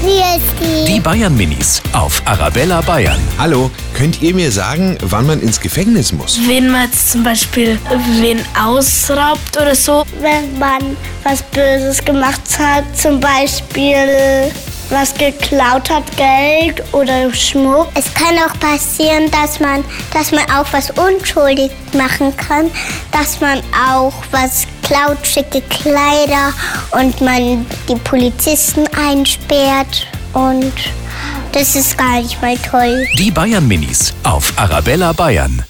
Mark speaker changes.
Speaker 1: Christi.
Speaker 2: Die Bayern Minis auf Arabella Bayern.
Speaker 3: Hallo, könnt ihr mir sagen, wann man ins Gefängnis muss?
Speaker 4: Wenn man jetzt zum Beispiel wen ausraubt oder so.
Speaker 1: Wenn man was Böses gemacht hat, zum Beispiel was geklaut hat, Geld oder Schmuck. Es kann auch passieren, dass man, dass man auch was unschuldig machen kann, dass man auch was klaut, schicke Kleider und man die Polizisten einsperrt und das ist gar nicht mal toll.
Speaker 2: Die Bayern Minis auf Arabella Bayern.